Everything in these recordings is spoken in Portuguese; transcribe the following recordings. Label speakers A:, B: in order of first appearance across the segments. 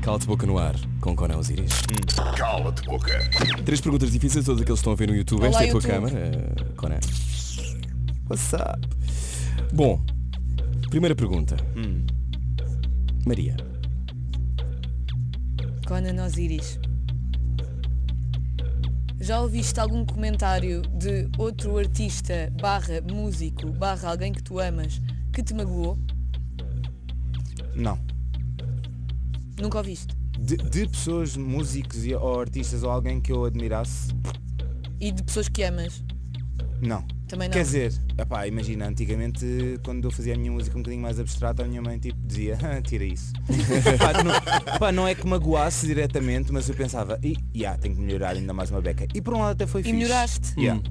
A: Cala-te boca no ar com Conan Osiris.
B: Cala-te boca.
A: Três perguntas difíceis, todos aqueles que estão a ver no YouTube.
C: Olá,
A: Esta é a tua
C: YouTube.
A: câmara, eh, Conan. What's up? Bom, primeira pergunta.
B: Hum.
A: Maria,
C: Conan Osiris. Já ouviste algum comentário de outro artista barra músico barra alguém que tu amas que te magoou?
D: Não.
C: Nunca ouviste.
D: De, de pessoas, músicos e- ou artistas ou alguém que eu admirasse,
C: E de pessoas que amas?
D: não.
C: Também não.
D: Quer dizer, epá, imagina, antigamente quando eu fazia a minha música um bocadinho mais abstrata, a minha mãe tipo dizia, "Ah, tira isso. Epá, não, epá, não é que magoasse diretamente, mas eu pensava, e yeah, tenho que melhorar ainda mais uma beca. E por um lado até foi
C: E
D: fixe.
C: melhoraste.
A: Hum.
D: Yeah.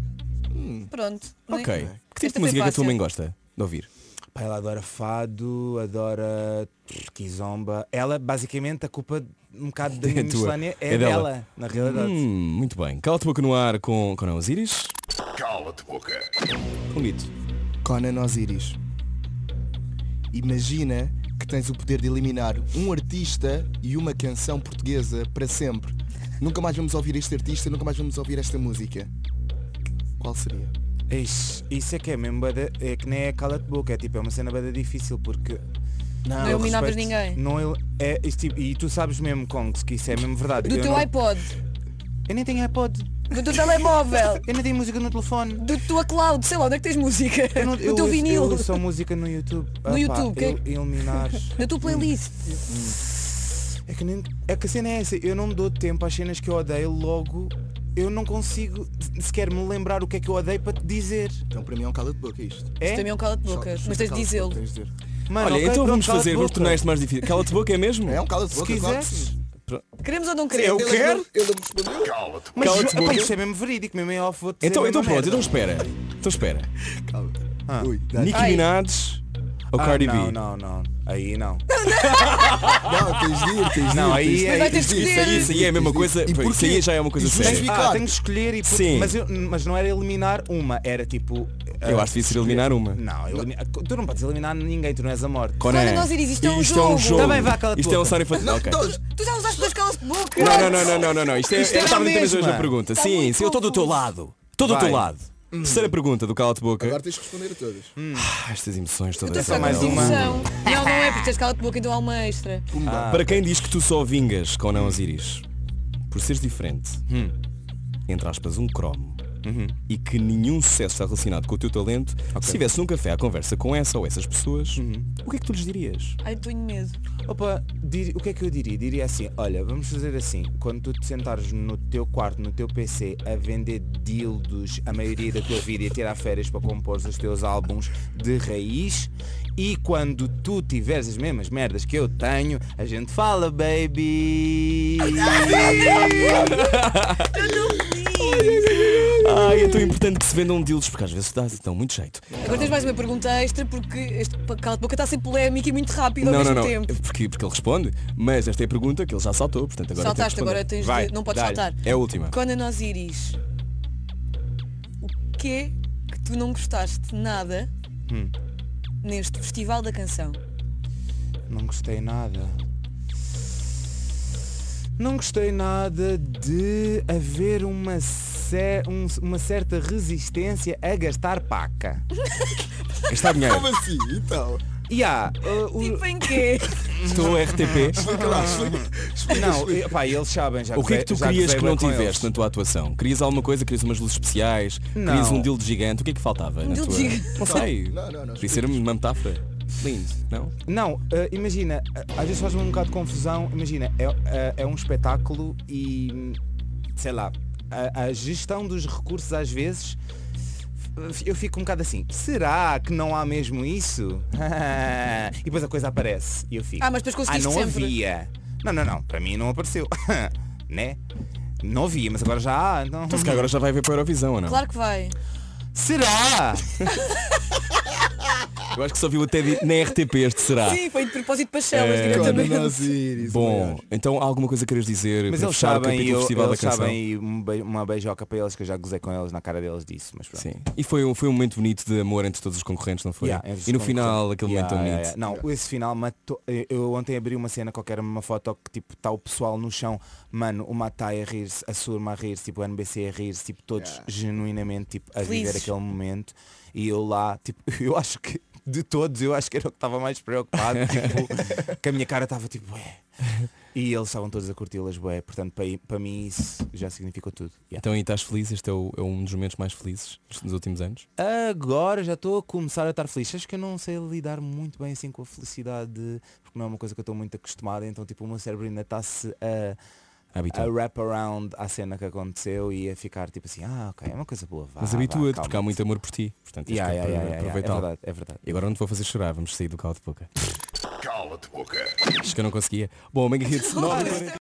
C: Pronto.
A: ok.
C: Nem-
A: Que tipo
C: Esta
A: de
C: foi
A: música que a tua
C: fácil.
A: mãe gosta de ouvir?
D: Pá, ela adora fado, adora pff, kizomba. Ela, basicamente, a culpa um bocado da
A: É
D: minha
A: tua.
D: miscelânea é,
A: É dela.
D: dela. na realidade.
A: Hum, muito bem. Cala-te boca no ar com Conan Osiris.
B: Cala-te boca.
A: Bonito.
E: Conan Osiris. Imagina que tens o poder de eliminar um artista e uma canção portuguesa para sempre. Nunca mais vamos ouvir este artista, nunca mais vamos ouvir esta música. Qual seria?
D: Ixi, isso é que é mesmo, bada- é que nem é cala-te boca, é tipo, é uma cena bada difícil porque.
C: Não
D: eu
C: eliminavas
D: respeito-
C: ninguém.
D: Não, el- é, isto, tipo, e tu sabes mesmo, Kongs, que isso é mesmo verdade.
C: Do
D: eu,
C: teu
D: não-
C: iPod,
D: eu nem tenho iPod,
C: do teu telemóvel,
D: eu nem tenho música no telefone.
C: do tua cloud, sei lá, onde é que tens música?
D: Eu não,
C: do
D: eu
C: teu
D: ouço-
C: vinil,
D: Eu ouço só música no YouTube.
C: No YouTube, que-
D: el- Eliminar.
C: na tua playlist.
D: É que, nem, é que a cena é essa, eu não me dou tempo às cenas que eu odeio, logo eu não consigo se- sequer me lembrar o que é que eu odeio para te dizer.
E: Então para mim é um cala de boca isto.
D: É?
C: Isso também é um cala-te-boca,
E: Só-
C: mas tens de
E: cala-te-boca,
C: dizê-lo.
E: tens de dizer.
D: Mano,
A: Olha,
D: Ah, ok,
A: então
D: pronto,
A: vamos
D: cala-te
A: fazer, vamos
D: boca.
A: tornar isto mais difícil. Cala-te boca é mesmo?
E: É um cala de
D: Se
E: boca, claro que
D: quiseres.
E: sim.
C: Queremos ou não queremos?
A: Ele- quero.
E: Ele não me respondeu.
B: Cala-te
D: Mas
A: Cala-te
D: epá,
A: boca.
D: isso é mesmo verídico, é mesmo em off vou dizer
A: Então,
D: a
A: então
D: mesma
A: pronto,
D: merda.
A: então espera. Então espera.
E: Calma.
D: Ah.
E: Ui, dá-
A: Nicki
C: Ai.
A: Minaj ou
D: Ah,
A: Cardi B?
D: não, não, não. Aí não.
E: Não, tens de ir, tens de ir.
D: Não, aí
E: tens de ir.
D: é-
C: vai ter de
A: Isso aí,
C: escolher.
A: isso aí é a mesma
E: E
A: coisa.
E: porquê?
A: Isso aí já é uma coisa
E: E
A: séria.
E: justifica-
D: Ah,
E: Claro.
D: tenho que escolher e por-
A: Sim.
D: mas, eu- mas não era eliminar uma, era tipo.
A: Eu
D: ah,
A: acho difícil eliminar uma.
D: Não, elimi- tu não podes eliminar ninguém, tu não és a morte.
A: Conan,
C: Olha, nós iris, isto é um jogo.
D: Também vá, cala-te
A: Isto é um
D: boca.
A: Sony Fantasma. ok.
E: Todos.
C: Tu já usaste dois calas-de-boca?
A: Não, não, não, não, não, não. Isto é,
D: Isto era
A: eu estava
D: a
A: a entender
D: mesma.
A: a pergunta.
C: Está
A: sim,
C: Tá muito
A: sim, eu estou do teu
C: confuso. Hum.
A: lado. Estou do
D: Vai.
A: teu lado. Terceira pergunta do Cala-te Boca.
E: Agora tens de responder a todas.
A: Ah, estas emoções todas.
C: Estou só
A: são
C: com
D: mais
A: elas.
D: uma.
C: emoção. Não, não é porque tens cala-te-boca, então há uma extra.
E: Pumba.
A: Para quem diz que tu só vingas com não Osiris, por seres diferente,
C: Hum.
A: entre aspas, um cromo,
C: Uhum.
A: e que nenhum sucesso está relacionado com o teu talento, se estivesse num café à conversa com essa ou essas pessoas,
C: Uhum.
A: o que é que tu lhes dirias?
C: Ai, tenho medo.
D: Opa, diri- o que é que eu diria? Diria assim, olha, vamos fazer assim, quando tu te sentares no teu quarto, no teu PC, a vender dildos a maioria da tua vida e a tirar férias para compor os teus álbuns de raiz e quando tu tiveres as mesmas merdas que eu tenho, a gente fala, baby.
A: Ai, é tão importante que se vendam dildos, porque às vezes dá então muito jeito.
C: Agora tens mais uma pergunta extra porque este cala-te-boca está a ser polémico e muito rápido ao
A: Não, não,
C: mesmo
A: não,
C: tempo.
A: porque, porque ele responde, mas esta é a pergunta que ele já saltou, portanto agora tem que
C: Saltaste, agora
A: responder.
C: tens
D: Vai,
C: de... Não podes
D: dá-lhe.
C: saltar.
A: É a última.
C: Conan Osiris. O que é que tu não gostaste nada
A: Hum.
C: neste Festival da Canção?
D: Não gostei nada. Não gostei nada de haver uma, cer- um- uma certa resistência a gastar paca.
A: Gastar dinheiro.
E: Como assim? Então.
D: E há, uh, o-
C: Tipo em quê?
A: Estou a RTP.
E: Explica lá, explica. explica,
D: Não,
E: explica.
D: eh, pá, eles sabem já
A: O que é que tu
D: já
A: querias
D: gozei
A: que
D: bué
A: não
D: com eles.
A: tiveste na tua atuação? Querias alguma coisa? Querias umas luzes especiais? Querias um
D: Não.
A: dildo gigante? O que é que faltava na
C: Um dildo
A: tua...
C: gigante.
A: Não sei.
E: Não, não, não,
A: Podia ser uma metáfora. Lindo, Então, não?
D: Não, eh, imagina, eh, às vezes faz-me um bocado de confusão. Imagina, é, eh, é um espetáculo e sei lá, a, a gestão dos recursos às vezes f- eu fico um bocado assim, será que não há mesmo isso? e depois a coisa aparece e eu fico.
C: Ah, mas depois
D: Ah,
C: conseguiste
D: não
C: sempre."
D: havia. Não, não, não, para mim não apareceu. né? Não havia, mas agora já há. Então...
A: Então se calhar agora já vai ver para a Eurovisão ou não?
C: Claro que vai.
D: Será?
A: Eu acho que só viu até di- na RTP este será.
C: Sim, foi de propósito para chelas,
A: Tá. É.
E: Conan
C: diretamente.
E: Osiris.
A: Bom, então há alguma coisa queres dizer
D: Mas
A: para
D: eles
A: fechar o
D: sabem,
A: capítulo
D: e eu,
A: Festival
D: eles
A: da Canção?
D: sabem e um be- uma beijoca para eles que eu já gozei com eles na cara deles disso. Mas pronto.
A: Sim. E foi, um- foi um momento bonito de amor entre todos os concorrentes, não foi?
D: Yeah, é
A: e no
D: com-
A: final, aquele momento
D: Yeah,
A: tão
D: yeah,
A: bonito.
D: yeah. Não, esse final matou. eu- Eu ontem abri uma cena qualquer, uma foto que tipo está o pessoal no chão, mano, o Matai a rir-se, a Surma a rir-se, tipo o NBC a rir-se, tipo todos genuinamente tipo, a viver
C: Felizes.
D: aquele momento. E eu lá, tipo, eu acho que de todos, eu acho que era o que estava mais preocupado, tipo, que a minha cara estava tipo, ué. E eles estavam todos a curti-las, bué. Portanto, para, para mim isso já significou tudo. Yeah.
A: Então aí estás feliz? Este é, o- é um dos momentos mais felizes dos últimos anos.
D: Agora já estou a começar a estar feliz. Acho que eu não sei lidar muito bem assim com a felicidade, porque não é uma coisa que eu estou muito acostumada, então tipo o meu cérebro ainda está-se a, a
A: Habitual.
D: wrap around à cena que aconteceu e a ficar tipo assim, ah ok, é uma coisa boa, vá.
A: Mas
D: vá,
A: habitua-te,
D: calma.
A: porque há muito amor por ti. Portanto, tens
D: Yeah,
A: que
D: yeah, yeah, yeah, yeah.
A: aproveitar.
D: É verdade, é verdade.
A: e agora não te vou fazer chorar, vamos sair do calo de boca.
B: Cala-te boca.
A: Acho que eu não conseguia. Bom, Mega Hits 9.